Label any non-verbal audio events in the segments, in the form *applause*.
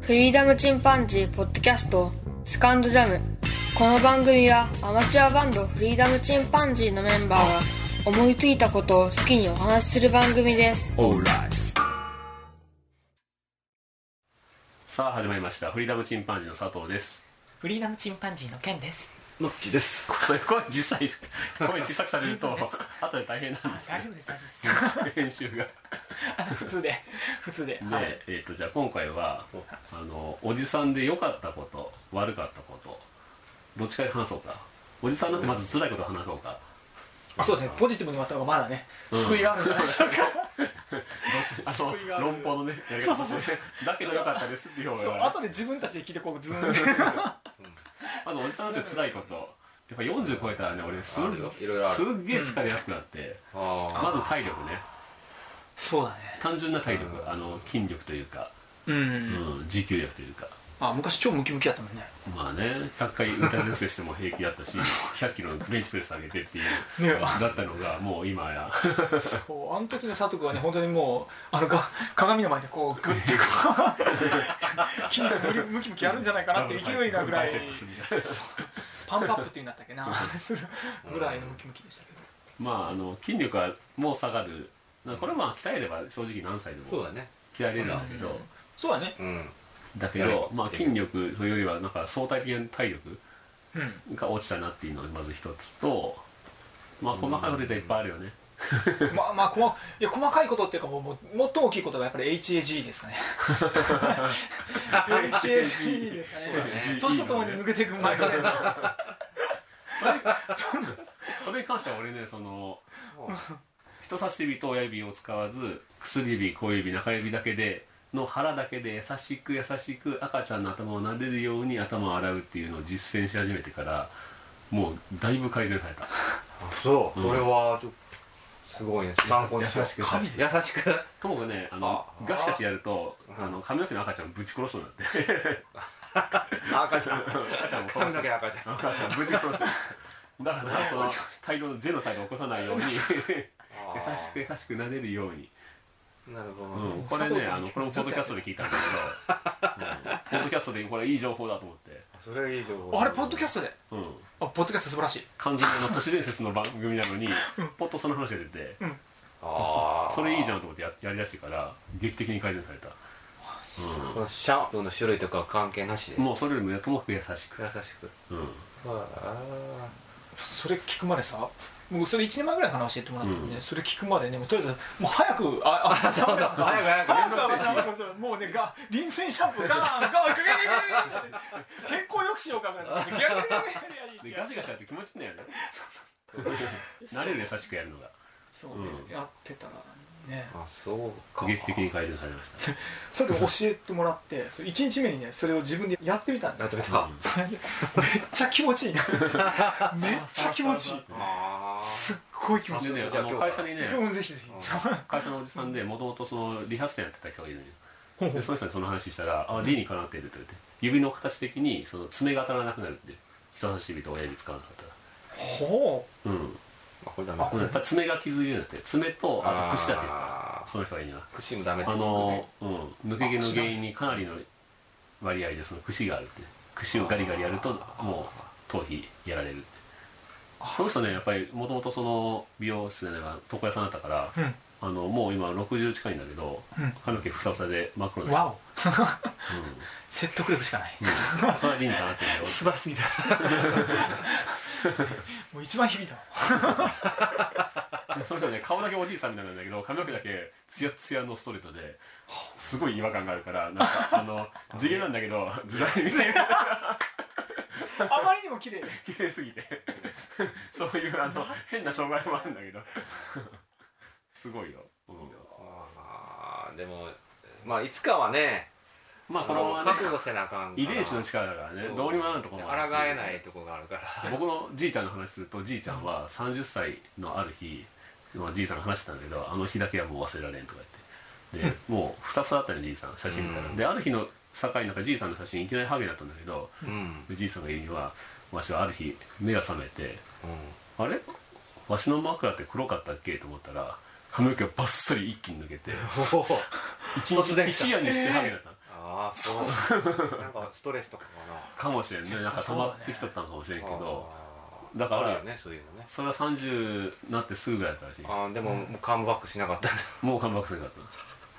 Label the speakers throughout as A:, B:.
A: フリーダムチンパンジーポッドキャストスカンドジャムこの番組はアマチュアバンドフリーダムチンパンジーのメンバーが思いついたことを好きにお話しする番組です
B: オーライさあ始まりましたフリーダムチンパンジーの佐藤です
C: フリーダムチンパンジーの剣です。
D: ノッチです。
B: それ声小さい声小さくされる
C: *laughs*
B: と後で大変なんです
C: 大丈夫です、大丈
B: 編集が
C: 夫です。あ、 *laughs* 普通で、普通で。
B: で、えっとじゃあ今回はあのおじさんで良かったこと悪かったことどっちから話そうかおじさんになってまず辛いこと話そうか
C: そうですね、ポジティブに終わった方がまだね、救いがあるんじゃないでしょうか。
B: あそう
C: 救いがある
B: 論法のねやり
C: そう
B: 方
C: そうそう
B: ですねだけど良かったですっていう方
C: *laughs* そう、
B: が
C: 後で自分たちで聞いてこう、ずーんと。
B: まずおじさんになって辛いことやっぱ40超えたらね俺すっ
D: あるよいろいろある
B: すっげえ疲れやすくなって、
D: あ
B: まず体力ね
C: *laughs* そうだね。
B: 単純な体力、あの筋力というか、
C: う。
B: うんん、持久力というか
C: あ、昔超ムキムキだったもんね。
B: まあね100回運転練習しても平気だ
D: *laughs*
B: ったし100キロのベンチプレス上げてっていう、
C: ね
B: だったのがもう今や
C: そう、あの時の佐藤君はね、本当にもう、あのが、鏡の前でこう、グッてこ *laughs* う。筋肉ムキムキムキやるんじゃないかなって勢いなぐらい
B: ダブル。バイセップスみたいな
C: パンプアップっていうんだったっけな。するぐらいのムキムキでしたけど。
B: まああの筋力はもう下がるなこれはまあ鍛えれば正直何歳で
D: そう
B: も
D: だね。
B: 鍛えれるんだけど、
C: そうだね。
D: うん。
B: だけ
D: やれば
B: ど、まあ、筋力というよりはなんか相対的な体力
C: うん。
B: が落ちたなっていうのがまず一つとまあ細かいこと言ったらいっぱいあるよね
C: まあまあこまいや細かいことっていうかもうもう最も大きいことがやっぱり HAG ですかね HAG ですかね年とともに抜けていく前からやな
B: それに関しては俺ねその人差し指と親指を使わず薬指小指中指だけでの腹だけで優しく優しく赤ちゃんの頭を撫でるように頭を洗うっていうのを実践し始めてからもうだいぶ改善された
D: あそうう。
B: ん
D: これはちょっとすごいね。参考にしよう。
B: 優しく優しく
D: 優しく。
B: ともかくねあの
D: あ
B: ガシガシやると
D: うん
B: あの髪の毛の赤ちゃんぶち殺すようになって
D: 赤
B: *laughs*
D: ちゃん。
B: 赤ちゃんを殺
D: 髪
B: す
D: の毛赤ちゃん。
B: 赤ちゃんぶち殺すだからその大量のジェノサイドを起こさないように優しく優しく撫でるように
D: く。なるほどね。
B: うん、これね
C: 佐藤君
B: あのこれもポッドキャストで聞いたんだけど、うんポッドキャストでこれいい情報だと思って、
D: それいい情報。
C: あれポッドキャ
D: ス
C: ストで
B: うん、
C: あポッドキャスト素晴らしい
B: 肝心のあの都市伝説の番組なのにポッとその話が出て
D: ト。ああ。
B: それいいじゃ
D: ん。
B: んと思ってややりだしてから劇的に改善された、
D: このシャンプーの種類とかは関係なしで。
B: うんもうそれよりもねともかく優しく、
D: 優しく。
B: うん
D: あ
C: それ聞くまでさもうそれ1年前ぐらいの話教えてもらったんで、ねそれ聞くまでねもうとりあえずもう早くああそうそう
D: あ。早く早く。
C: 早く早くもうねがリンスインシャンプーガーンガーンガーンガーンガーンガーン健康よくしようかぐらいギャギャギャギャギャギャギャギ
B: で
C: ャ
B: ガシガシやって気持ちいいんだよね *laughs* 慣れる優しくやるのが
C: そうね、
B: うん
C: やってたらね
D: あそうか。
B: 劇的に改善されました *laughs*
C: それで教えてもらってそれ1日目にねそれを自分でやってみたんだ
D: や
C: よ
D: ってみた。
B: うん
C: めっちゃ気持ちい
D: *laughs*
C: いめっちゃ気持ちいい
D: あ
C: すっごい気持ちいい
B: でね
D: じゃ
B: あ
D: あ
B: の
D: 今日は
B: 会社にね
C: 今日もぜひぜひ
B: 会社のおじさんでもともとその理髪店やってた人がいるのよ
C: ほうほ
B: でその人にその話したら「あ理にかなっている」と言って指の形的にその爪が当たらなくなるって人差し指と親指使わなかったら
C: ほ
B: うん
D: あ。これダメ。
B: やっぱ爪が傷ついてるんだって爪とあと串だってるか
D: あー
B: らその人が言うには
D: 串もダメって
B: あ
D: 聞くね
B: の、うん、抜け毛の原因にかなりの割合でその串があるって串をガリガリやるともう頭皮やられるってその人ねやっぱりもともとその美容室じゃないわ床屋さんだったから
C: ううん
B: あのもう今60近いんだけど
C: うん
B: 髪の毛ふさふさで真っ黒だ
C: わお
B: うん
C: 説得力しかない
B: うんそれは理にかなってるよ
C: 素晴らしすぎ
D: *laughs*
C: るもう一番響い
D: *laughs*
C: たわ
B: その人ね顔だけおじいさんみたいなんだけど髪の毛だけツヤツヤのストレートですごい違和感があるからなんかあ
C: *laughs*
B: の地毛なんだけど時代に見せ
C: あまりにも綺麗で
B: *laughs* 綺麗すぎて *laughs* そういうあの変な障害もあるんだけど *laughs* すごいよ、うん
D: あーでもまあいつかはね
B: まあこのままね
D: 覚悟せなあかんから
B: 遺伝子の力だからねどうにもならんとこもあるし
D: 抗えないとこがあるから
B: 僕のじいちゃんの話するとじいちゃんは30歳のある日、まあ、じいさんが話してたんだけどあの日だけはもう忘れられんとか言ってでもうふさふさだったのじいさん写真見たら、
D: うん
B: である日の境なんかじいさんの写真いきなりハゲだったんだけど
D: うん、
B: でじいさんが言うにはわしはある日目が覚めて「あれわしの枕って黒かったっけ?」と思ったら髪の毛をバッサリ一気に抜けて
D: おお
B: 一日
D: 突然来た
B: 一夜にしてハゲだったの、
D: ああそうなんかストレスとかかな
B: かもしれんねなんか
C: そ
B: 止
C: うだね
B: まってきとったんかもしれんけど
D: あー
B: だから
D: あるよねそういうのね
B: それは30になってすぐぐらいだったらしい
D: あーでももうカムバックしなかった
B: もうカムバックせんかった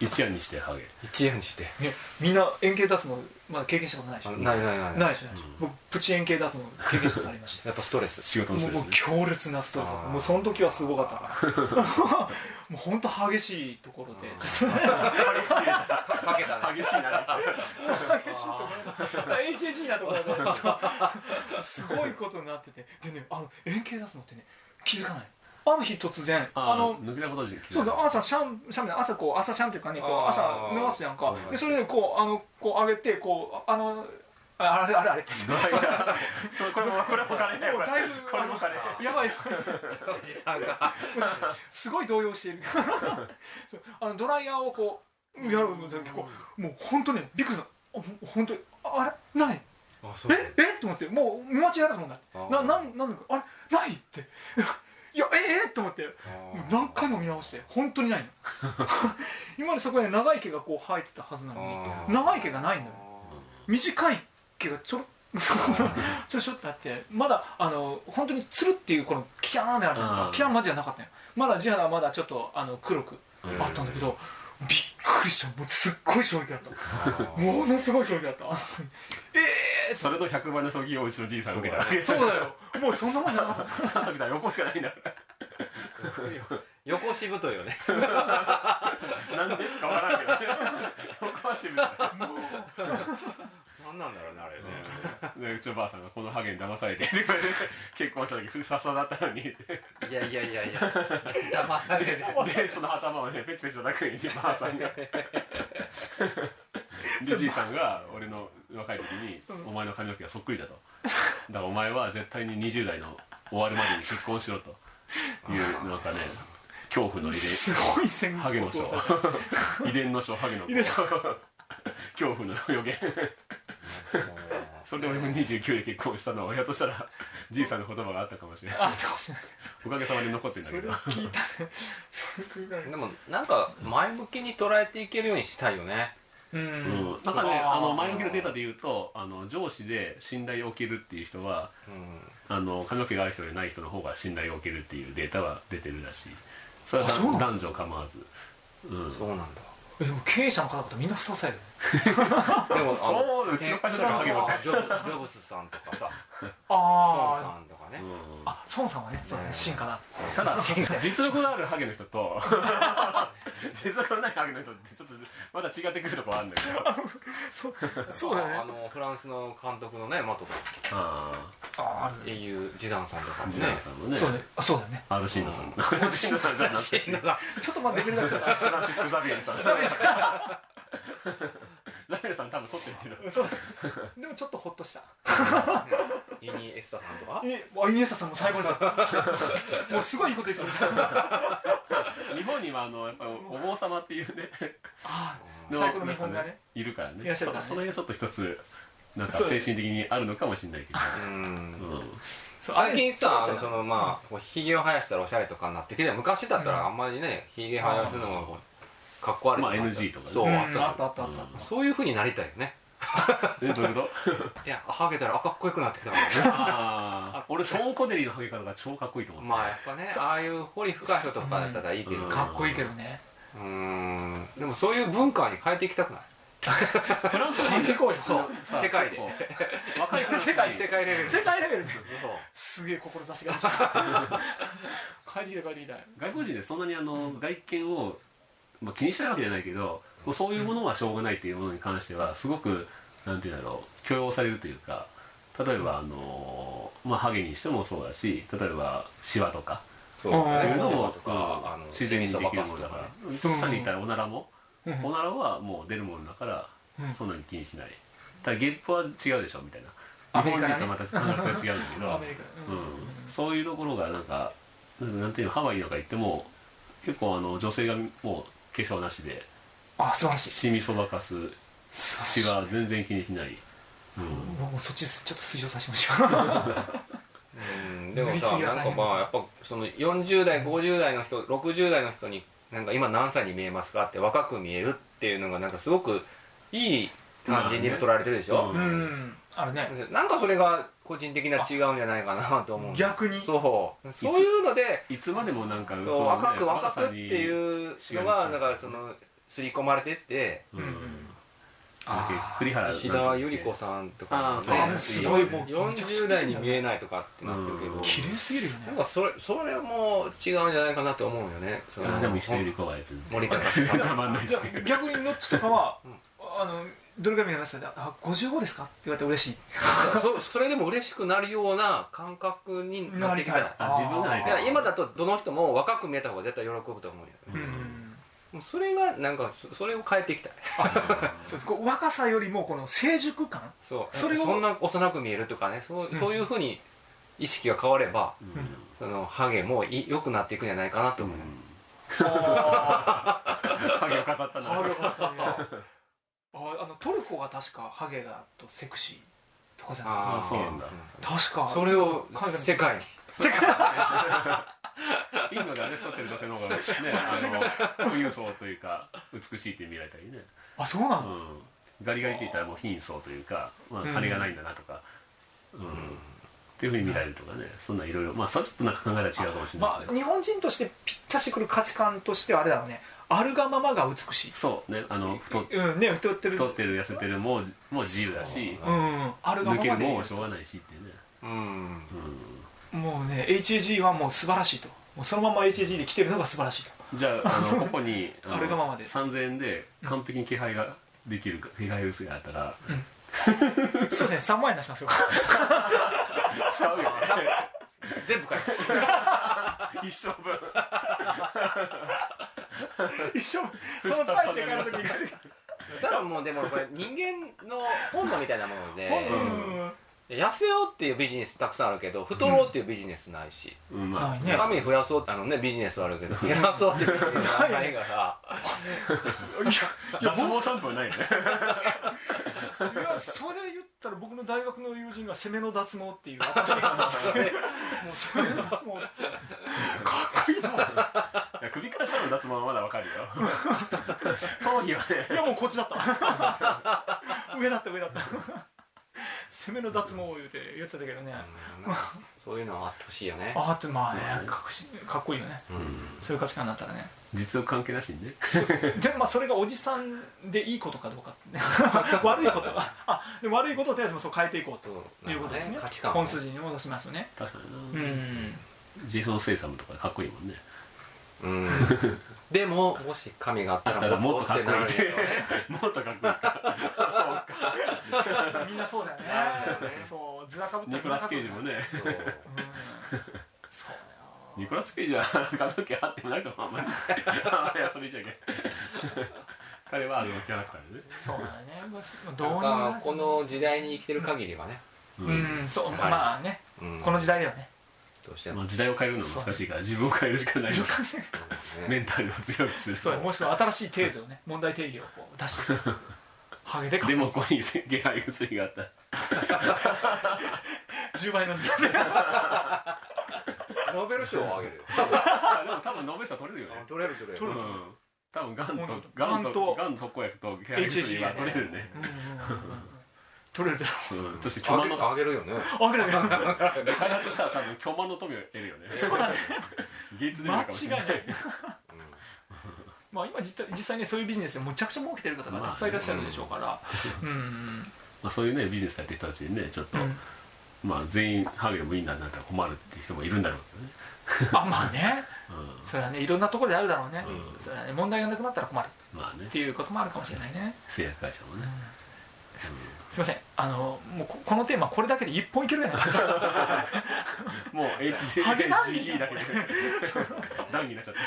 B: 一夜にしてハゲ
D: 一夜にして
C: ねみんな円形脱毛まだ経験したことないでし
D: あ
C: ょ
D: ないないない
C: ないでしょないでしょ僕プチ円形脱毛経験したことありました
D: やっぱストレス
B: 仕事の
C: も
B: せ
C: う
B: いで
C: もう
B: すね
C: 強烈なストレスだった
D: あー
C: もうその時はすごかったから
D: *laughs*
C: もう本当激しいところで
D: あー
C: ちょっとね
D: かけたね
B: 激しいな
C: 激しいところで HHG なところでちょっとすごいことになっててでねあの円形出すのってね気づかないあの日突然
B: あ
C: あの
B: 抜けたことじゃ
C: そうだ朝シャンシャンみたいな朝こう朝シャンっていうかねこう
D: あー
C: 朝伸ばすやんか
D: はいはい
C: でそれでこうあのこう上げてこうあのああれあれあれって
B: ドライヤーそうこれもこれも金ね
C: もうだいぶ
B: これも金
C: やばい
D: おじさんが
C: すごい動揺している *laughs* そうあのドライヤーをこうやるのでこうもう本当にびっくりしたあもう本当にあれない
D: あそう
C: ええと思ってもう見間違いだと思うんだ
D: あー
C: ななんなんだかあれないって *laughs* いやええと思って
D: あー
C: もう何回も見直して本当にないの *laughs* 今までそこに長い毛がこう生えてたはずなの
D: あー
C: に長い毛がないのよ短い毛がちょろちょちょっとあってまだあの本当につるっていうこのキャーンであるじゃ
B: うん
C: んキャーンマジじゃなかったよまだ地肌はまだちょっとあの黒く
B: うん
C: あったんだけどびっくりしたもうすっごい衝撃だった
D: あー
C: ものすごい衝撃だった *laughs*
B: それと100倍の将棋をうちのじいさんが受けたわ *laughs* け
C: そうだよもうそんなもんじゃなかった
B: 朝みたいな横しかないんだか
D: 横しぶといよね
B: らなんでかわからんけど横足みたい *laughs*
D: なんなんだろうねあれね
B: なでうちのばあさんがこのハゲに騙されて結婚した時ふさふさだったのに
D: いやいやいやいや騙されて
B: *laughs* でその頭をねペチペチ叩くにばあさんがでじいさんが俺の若い時に「お前の髪の毛がそっくりだ」と「だからお前は絶対に20代の終わるまでに結婚しろ」というなんかね恐怖の遺伝
C: すごい宣
B: ハゲの
C: 告
B: 書
C: をされ
B: *laughs*
C: た
B: 遺伝の書ハゲの子
C: 遺伝
B: 恐怖の予言それで俺も29で結婚したのは親としたらじいさんの言葉があったかもしれない
C: あったかもしれない
B: おかげさまで残ってんだ
C: そ
B: け
C: れ
B: ど
C: 聞いたねそれ聞いたね
D: でもなんか前向きに捉えていけるようにしたいよね
C: う
B: うんん、なんかね
C: あー
B: あの前向きのデータで言うとあの上司で信頼を受けるっていう人は
D: うん
B: あの髪の毛がある人でない人の方が信頼を受けるっていうデータは出てるらしいそれは
C: あそうなの
B: 男女構わず、うん、
D: そうなんだ
C: えでも経営者の方々みんなふさふさやで
D: でもあ
B: そ
D: の
B: ううちの会社だからハゲばっかり
D: ジョブジョブスさんとかさ孫
C: あ
D: さんとか
B: う
D: ね
B: ん
C: あ孫さんはねそうだね
D: ね
C: 進化だ
B: た
C: *laughs*
B: だ実力のあるハゲの人と *laughs* 実力のないハゲの人ってちょっとまだ違ってくるとこはあるんだけど
C: *laughs* そうだね
D: あのフランスの監督のねマトと
B: あ
C: ああ
D: 英雄ジダンさんとか
B: あ
D: も
B: ジ
D: ね
B: ナさんもね
C: そうだねあそうだね
B: アルシンド
C: *laughs*
B: さんアルシンドさんじゃなくて
D: ジダンさん
C: ちょっとまあレベルがちょっと
B: フランシス・ザビエルさ
C: *laughs*
B: んザビエルさん多分剃ってるけど
C: そうでもちょっとほっとした
D: イニエスタさんとか
C: えあイニエスタさんも最後にさもうすごいいいこと言ってた
B: *laughs* 日本にはあのやっぱお坊様っていうね
C: あ
B: の
C: 最高の見本
B: な
C: がね
B: んかいるからね
C: いらっしゃるから
B: そ
C: ね
B: その辺ちょっと一つなんか
C: そう
B: 精神的にあるのかもしれないけど
D: うん
B: うん
C: *laughs* そう
D: 最近さあ
C: そう
D: の
C: だ
D: そ
C: ね
D: のまあこうひげを生やしたらおしゃれとかになってきて昔だったらあんまりねひげ生やすのもこうかっこ悪い
B: まあ NG とかね
D: そう
C: うん
D: あ
C: あ
D: っ
C: ったたあったあったあっ
D: そういうふうになりたいよね
B: えどういうこと
D: いやハゲたらあかっこよくなってきたもんね
B: ああ俺ショーン・コネリーのハゲ方が超かっこいいと思う
D: まあやっぱねああいう彫り深い人とかだったらいいけど
B: うん
C: たかっこいいけどね
D: うーんでもそういう文化に変えていきたくない
B: フランスの
C: ハゲこうよ
B: さ
D: 世界で
B: こう若い人たちに
D: *laughs* 世界レベル
C: 世界レベルですすげえ志が帰ってきた帰ってきた
B: 外国人でそんなにあの外見を、まあ、気にしないわけじゃないけどそういうものはしょうがないっていうものに関してはすごくなんていうんだろう許容されるというか例えばあの、まあ、ハゲにしてもそうだし例えばシワとか
D: そう
C: うん
B: そういう
D: の
B: の
D: も
B: も
D: と
B: うん
D: かあの
B: 自然にできるものだか
D: ね
B: ら単に言ったらおならも、
C: うん
B: おならはもう出るものだから、
C: うん
B: そんなに気にしないただゲップは違うでしょみたいな
C: アメリカ
B: 日
C: だ
B: 本
C: ね
B: 人とまた感覚が違うんだけど
C: *laughs* アメリカうん
B: うんそういうところがなんかなんていうのハワイなんか行っても結構あの女性がもう化粧なしで
C: あ素晴らしい
B: シミそばかすシワ全然気にしない、うん、
C: 僕もそっちちょっと推奨させましょう
D: うんでも
C: 塗
D: さ
C: りすぎは
D: な
C: 大
D: ん
C: 変
D: かまあやっぱその40代50代の人60代の人になんか今何歳に見えますかって若く見えるっていうのがなんかすごくいい感じに取られてるでし
B: う
D: ょ
B: ん、
C: うんあれね
D: なんかそれが個人的な違うんじゃないかなと思うんです
C: 逆に
D: そうそういうので
B: いつまでもなんか
D: そう若く若くって
B: う、
D: いうの
B: う
D: が
B: ん
D: だからその刷り込まれてって
B: うん
C: あー
B: 栗原
D: 石田ゆり子さんとか
B: あー
C: あもうすごいもう
D: 40代に見えないとかってなってるけど、
B: うん
C: 綺麗すぎるよ
D: なん
C: ね
D: かそれそれも違うんじゃないかなと思うよねその
B: あでも石田ゆり子はですね
D: 森高さん
B: たまんないで
C: じゃ
B: す
C: あ
B: けど
C: 逆にノッチとかは
D: うん
C: あのどれぐらい見られましたあ55ですかって言われて嬉しい
D: そそれでも嬉しくなるような感覚になってきた
C: なり
D: ら
C: たい
B: あ自分が
D: いや今だとどの人も若く見えた方が絶対喜ぶと思うよ
C: うん
D: もうそれがなんかそそれを変えていきたい
C: そうですこう若さよりもこの成熟感
D: そう
C: それを
D: んな幼く見えるとかねそう
C: うん
D: そういうふうに意識が変われば
B: う
D: そのハゲもい良くなっていくんじゃないかなと
B: ん
D: 思う、
B: ハゲを語ったな
C: ハゲがあったねああのトルコが確かハゲだとセクシーとかじゃな
D: あ
B: あ
D: あ
B: そうなんだ
C: 確か
D: それを
C: 海外の
D: 世界に
B: *laughs* インドであれ太ってる女性の方がねあの富裕層というか美しいって見られたりね、
C: あそうな
B: うん
C: だ、
B: ん、ガリガリって言ったらもう貧相というか、まあ、金がないんだなとか、うんっていうふうに見られるとかねそんないろいろまあそれはちょっとなんか考え方違うかもしれない
C: ま
B: けど、
C: あ、日本人としてぴったしくる価値観としてはあれだろうねあるがままが美しい
B: そうねあの太っ
C: うんね太ってる
B: 太ってる痩せてるもうもう自由だし
D: そ
C: うんあるが
B: 抜
C: ま
B: ける
C: までいい
B: もんしょうがないしっていうね、
D: うん
C: もうね HAG はもう素晴らしいともうそのまま HAG で来てるのが素晴らしいと
B: うん、じゃああ
C: *laughs*
B: のここにの
C: あれがままです
B: 3000円で完璧に気配ができるか気配薄があったら
C: そうですね3万円出しますよ
B: 使うよね
D: 全部変えます
B: 一生分
C: *laughs* 一緒そのパイセ買う時に
D: だからもうでもこれ人間の本能みたいなもので
C: うんうん
D: 痩せようっていうビジネスたくさんあるけど太ろうっていうビジネスないし、
B: うんまあ
C: ないね
D: 中身増やそうあのねビジネスはあるけど増やそうっていうビジネスはないから
B: 脱毛シャンプーないよね *laughs*
C: いやそれ言ったら僕の大学の友人が攻めの脱毛っていう私が
D: それ
C: もう攻めの脱毛かっこいいない
B: や首から下の脱毛はまだわかるよ頭皮はね
C: いやもうこっちだった上だった上だった攻めの脱毛を言うて言ってたけどね
D: うんなんかそういうのはあってほしいよね
C: ああってまあねかっこしかっこいいよね
D: うん
C: そういう価値観になったらね
B: 実用関係なし *laughs* にね
C: *laughs* でもまあそれがおじさんでいいことかどうかってね悪いことは *laughs* あでも悪いことをとりあえずもうそう変えていこう
D: そう
C: ということですね
D: 価値観を
C: 本筋に戻しますね
B: 確かに
C: う
B: な、
C: ん
B: ジェイソン・ステイサムとかかっこいいもんね
D: うんでももし髪があった
B: あった
D: ら
B: らも
D: も
B: っ
D: っ
B: とか
D: と
B: っこいい
D: な
B: っ
D: る
B: て
D: よね
B: *laughs* もっとかっこいいか
C: みんなそうだよね
D: なんだよね
C: そうずらかぶった
B: ニ
C: ら
B: コラス・ケイジもね
D: そう
C: うんそうだよ
B: ニコラス・ケイジは *laughs* 髪の毛あってもないと思うあんま *laughs* りあんまり遊びじゃいけん *laughs* 彼はあのキャラクターでね
C: そうだねもうどう
D: な
C: に
D: ん
C: もな
D: からこの時代に生きてる限りはね、
B: う
C: うんそう
D: はい
C: まあね
D: うん
C: この時代ではね
D: どうしても、
B: まあ、時代を変えるのは難しいから自分を変えるしかない
C: 自分からね
B: メンタルを強くする
C: そうもしくは新しいテーゼをね問題定義をこう出してハゲでか
B: でもここに *laughs* 気配薬があったら
C: 10倍の
D: ノーベル賞をあげるよ
B: *laughs* あでも多分ノーベル賞取れる *laughs* よね
D: 取れる取れ
B: う
D: る
C: 取
B: ん
C: れる
B: 多分ガン
C: 本
B: と
C: 当
B: ガンと
C: ガ
B: ガン特効薬と気配薬は取れるね
C: うんうんうんうん取れるだ
B: うんそして巨
D: あ
B: 万
D: げ
B: の
D: あげるよね
C: ろうあげなきゃ
B: 開発したら多分巨万の富を得るよね
C: そ
B: *laughs*
C: うだね
B: ゲイツで
C: 間
B: も
C: 違
B: かもし
C: い
B: れ
C: な
B: ない
C: いまあ今実際実際ねそういうビジネスでむちゃくちゃ儲けてる方がたくさんいらっしゃるでしょうからうんうん
B: まあそういうねビジネスやってる人たちにねちょっと
C: うん
B: まあ全員ハゲもいいんだなったら困るっていう人もいるんだろう
C: あまあね
B: けどね
C: それはねいろんなところであるだろうね
B: うん
C: それはね問題がなくなったら困る
B: うんまあね
C: っていうこともあるかもしれないね
B: 製薬会社もね
C: すいませんあのもうここのテーマこれだけで一本いけるじゃないですか
B: うんもう
C: ハゲ談義じ
B: HGG
C: ゃん
B: だけで談義になっちゃった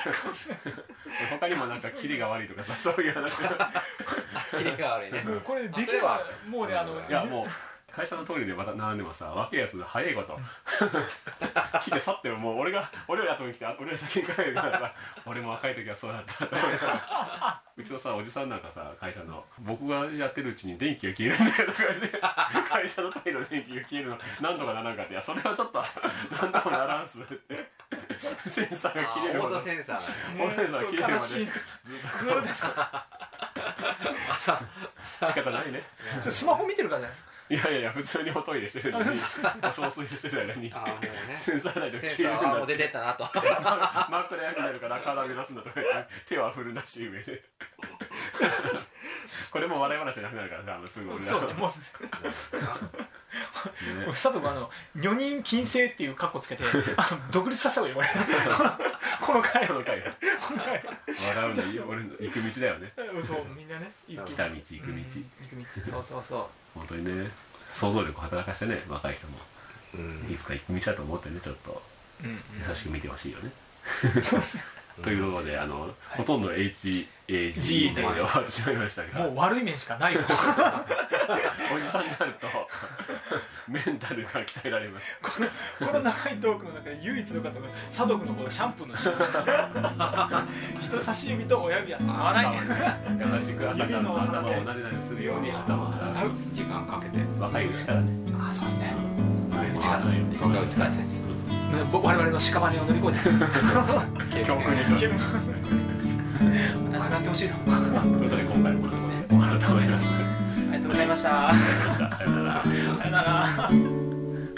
C: *laughs*
B: 他にもなんかキリが悪いとかさそういう話が
D: キレが悪いね
C: もうこれでき
D: そ
C: れ
D: れ
C: ば
D: は
C: もうねあの
B: いやもう会社のトイレでまた並んでもさ若いやつが早いこと *laughs* 来て去ってももう俺が俺より後に来てあ俺より先に帰るから俺も若い時はそうだったうちのさおじさんなんかさ会社の僕がやってるうちに電気が消えるんだよとか言って会社のトイレの電気が消えるのなんとかならんかっていやそれはちょっとなんとかならんっすってセンサーが切れる
D: オ
B: ほ
D: ー
B: ど
D: ト
B: ずっ
D: センサーだね
C: ね
B: お姉さん切れるまで
C: そう悲しい
B: と
D: 朝
B: 仕方ないね
C: それスマホ見てるからじゃない
B: いやいやいや普通におトイレしてる *laughs* のにお小水してる間に
D: ああもうね
B: センサー内で
D: センサ
B: 消えるん
D: ーはも
B: だ
D: う出てったなと
B: *laughs* 真っ暗闇になるから体目指すんだとか言って手は振るなし上で *laughs* これも笑い話じゃなくなるからさもうすぐ俺ら
C: そうねもう
B: ね
C: 佐藤君あの女人禁制っていうカッコつけてあの独立させた方 *laughs* がいいこれこの
B: *laughs*
C: 回
B: こ
C: こ
B: の回
C: の回
B: 笑うのいい俺の行く道だよね
C: そうみんなね行
B: 来た道行く道
C: うん行く道そうそうそ
B: 本当にね想像力を働かせてね若い人も
D: うん
B: いつか行く道だと思ってねちょっと
C: ううんうん
B: 優しく見てほしいよね
C: そうですね
B: *laughs* ということであのほとんど HAG で終わってしまいましたが
C: もう悪い面しかないよ
B: お
C: *laughs*
B: じさんになるとメンタルが鍛えられます
C: このこの長いトークの中で唯一の方が佐藤君のこのシャンプーのシーン *laughs* 人差し指と親指は使わないね
B: 優しく頭の頭をなでなでするように頭を洗う
D: 時間かけて
B: 若いうちからね
C: あそうですね
B: うちからだよね
D: そんなうちからですね
C: ねぼ我々の屍を乗り越えて *laughs*
B: 教訓にしましょう
C: 私なってほしいと
B: ということで今回もお話をたまりますあり
C: ありがとうございました
B: がとうございましたさよなら
C: さよなら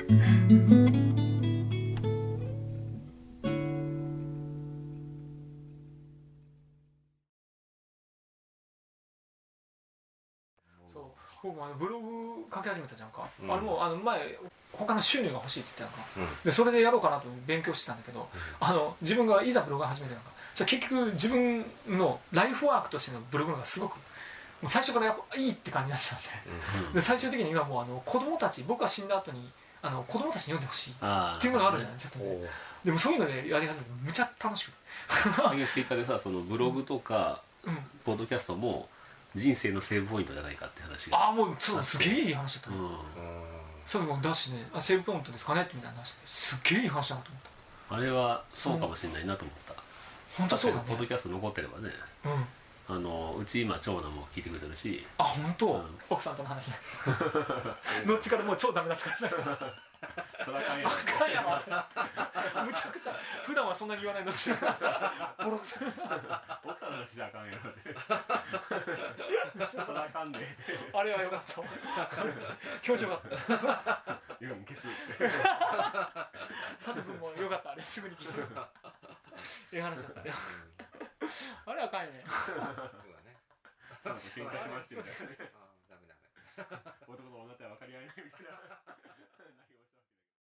C: そう僕もあのブログ書き始めたじゃんか、
D: うん
C: あれもうあの前他の収入が欲しいって言ってたのか、
D: う
C: でそれでやろうかなと勉強してたんだけど、あの自分がいざブログを始めてなんかじゃあ結局自分のライフワークとしてのブログの方がすごくもう最初からやっぱいいって感じになっちゃって、で最終的に今もうあの子供たち僕が死んだ後にあの子供たちに読んでほしいっ
B: あ
C: ていうのがあるじゃ
B: ね
C: ないちょっと
D: お
C: ね
D: ー
C: でもそういうのでやり始めてむちゃ楽しくて
B: ああいう追加でさそのブログとか
C: うん
B: ポッドキャストも人生のセーブポイントじゃないかって話が
C: ああもうそうすげえいい話だった、
B: うん
D: うん
C: それもだしねあセーブポイントですかねってみたいな話ですげえいい話だなと思った
B: あれはそうかもしれないなと思った
C: 本当そうだ
B: 確かにポッド
C: ね
B: キャスト残ってればね
C: うん
B: あのうち今長男も聞いてくれてるし
C: あ本当、
B: うん
C: 奥さんとの話ねどっちからもう超ダメだったからね
B: そらかんや
C: あ
B: ろ
C: かんやろあれむちゃくちゃ普段はそんなに言わないんだしボロクソ
B: 奥さんの話じゃあかんやろそらあかんで、ね、
C: あれはよかった表情よかった
B: 言うん消 *laughs* す
C: 佐藤君もよかったあれすぐに来てるええ話だったねあれはあかんよね
D: そうだね
B: そう喧嘩しましたよね
D: あーダメダメ
B: 男の *laughs*